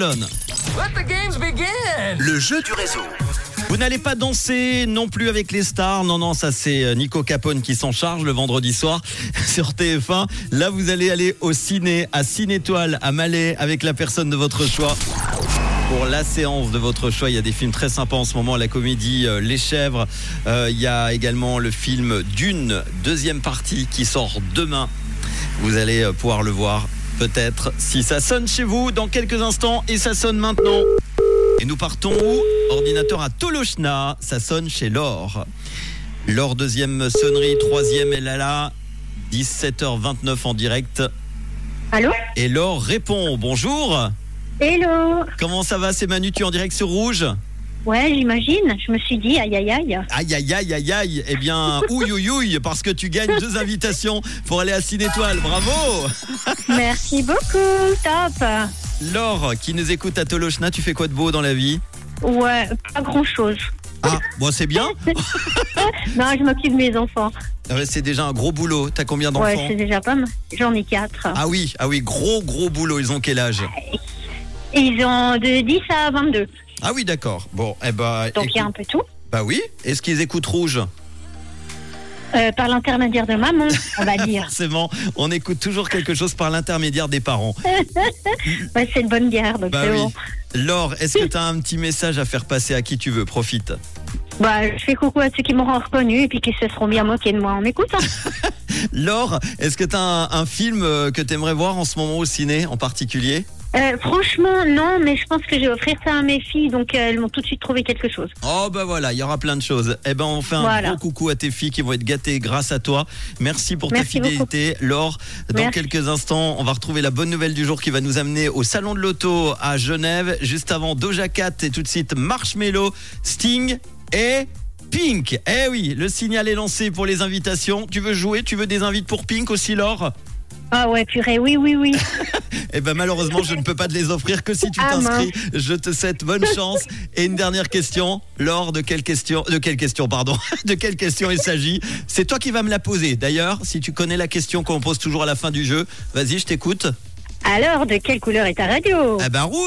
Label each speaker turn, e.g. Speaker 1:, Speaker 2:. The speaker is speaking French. Speaker 1: Barcelone.
Speaker 2: Let the games begin!
Speaker 3: Le jeu du réseau.
Speaker 1: Vous n'allez pas danser non plus avec les stars. Non, non, ça c'est euh, Nico Capone qui s'en charge le vendredi soir sur TF1. Là, vous allez aller au ciné, à Cinétoile, à Malais, avec la personne de votre choix. Pour la séance de votre choix, il y a des films très sympas en ce moment. La comédie euh, Les Chèvres. Euh, il y a également le film Dune, deuxième partie, qui sort demain. Vous allez euh, pouvoir le voir, peut-être, si ça sonne chez vous dans quelques instants. Et ça sonne maintenant. Et nous partons où Ordinateur à Tolochna, ça sonne chez Laure. Laure, deuxième sonnerie, troisième, elle est là. 17h29 en direct.
Speaker 4: Allô
Speaker 1: Et Laure répond Bonjour,
Speaker 4: Hello
Speaker 1: comment ça va C'est Manu, tu es en direct sur Rouge
Speaker 4: Ouais, j'imagine. Je me suis dit, aïe aïe aïe.
Speaker 1: Aïe, aïe, aïe, aïe, aïe. Eh bien, ouille, ouille, ouille, parce que tu gagnes deux invitations pour aller à Cine Étoile. Bravo
Speaker 4: Merci beaucoup, top
Speaker 1: Laure, qui nous écoute à Tolochna, tu fais quoi de beau dans la vie
Speaker 4: Ouais, pas grand chose.
Speaker 1: Ah, bon, c'est bien.
Speaker 4: Non, je m'occupe de mes enfants.
Speaker 1: Ah ouais, C'est déjà un gros boulot. T'as combien d'enfants
Speaker 4: Ouais, c'est déjà pas mal. J'en ai quatre.
Speaker 1: Ah oui, ah oui, gros gros boulot, ils ont quel âge
Speaker 4: Et ils ont de 10 à 22.
Speaker 1: Ah oui, d'accord. Bon, eh ben
Speaker 4: Donc il y a
Speaker 1: écoute-
Speaker 4: un peu tout.
Speaker 1: bah oui, est-ce qu'ils écoutent Rouge
Speaker 4: Euh, par l'intermédiaire de maman, on va dire.
Speaker 1: Forcément, on écoute toujours quelque chose par l'intermédiaire des parents.
Speaker 4: Ouais, c'est de bonne guerre, donc
Speaker 1: Bah
Speaker 4: c'est
Speaker 1: oui.
Speaker 4: bon.
Speaker 1: Laure, est-ce que t'as un petit message à faire passer à qui tu veux Profite.
Speaker 4: Bah, je fais coucou à ceux qui m'auront reconnu et puis qui se seront bien moqués de moi hein. en m'écoutant.
Speaker 1: Laure, est-ce que t'as un, un film euh, que t'aimerais voir en ce moment au ciné en particulier
Speaker 4: Euh, franchement, non, mais je pense que je vais offrir ça à mes filles, donc euh, elles m'ont tout de suite trouvé quelque chose.
Speaker 1: Oh bah voilà, il y aura plein de choses. Eh ben on fait un
Speaker 4: Voilà.
Speaker 1: gros coucou à tes filles qui vont être gâtées grâce à toi. Merci pour ta
Speaker 4: Merci
Speaker 1: fidélité, Laure. Dans
Speaker 4: Merci.
Speaker 1: quelques instants, on va retrouver la bonne nouvelle du jour qui va nous amener au salon de l'auto à Genève. Juste avant Doja Cat et tout de suite Marshmello, Sting et Pink. Eh oui, le signal est lancé pour les invitations. Tu veux jouer Tu veux des invites pour Pink aussi, Laure
Speaker 4: Ah ouais, purée, oui, oui, oui.
Speaker 1: eh ben malheureusement, je ne peux pas te les offrir que si tu
Speaker 4: Ah,
Speaker 1: t'inscris. Je te souhaite bonne chance. Et une dernière question, Laure, de quelle question De quelle question, pardon De quelle question il s'agit C'est toi qui vas me la poser. D'ailleurs, si tu connais la question qu'on pose toujours à la fin du jeu, vas-y, je t'écoute.
Speaker 4: Alors, de quelle couleur est ta radio
Speaker 1: Eh ben roule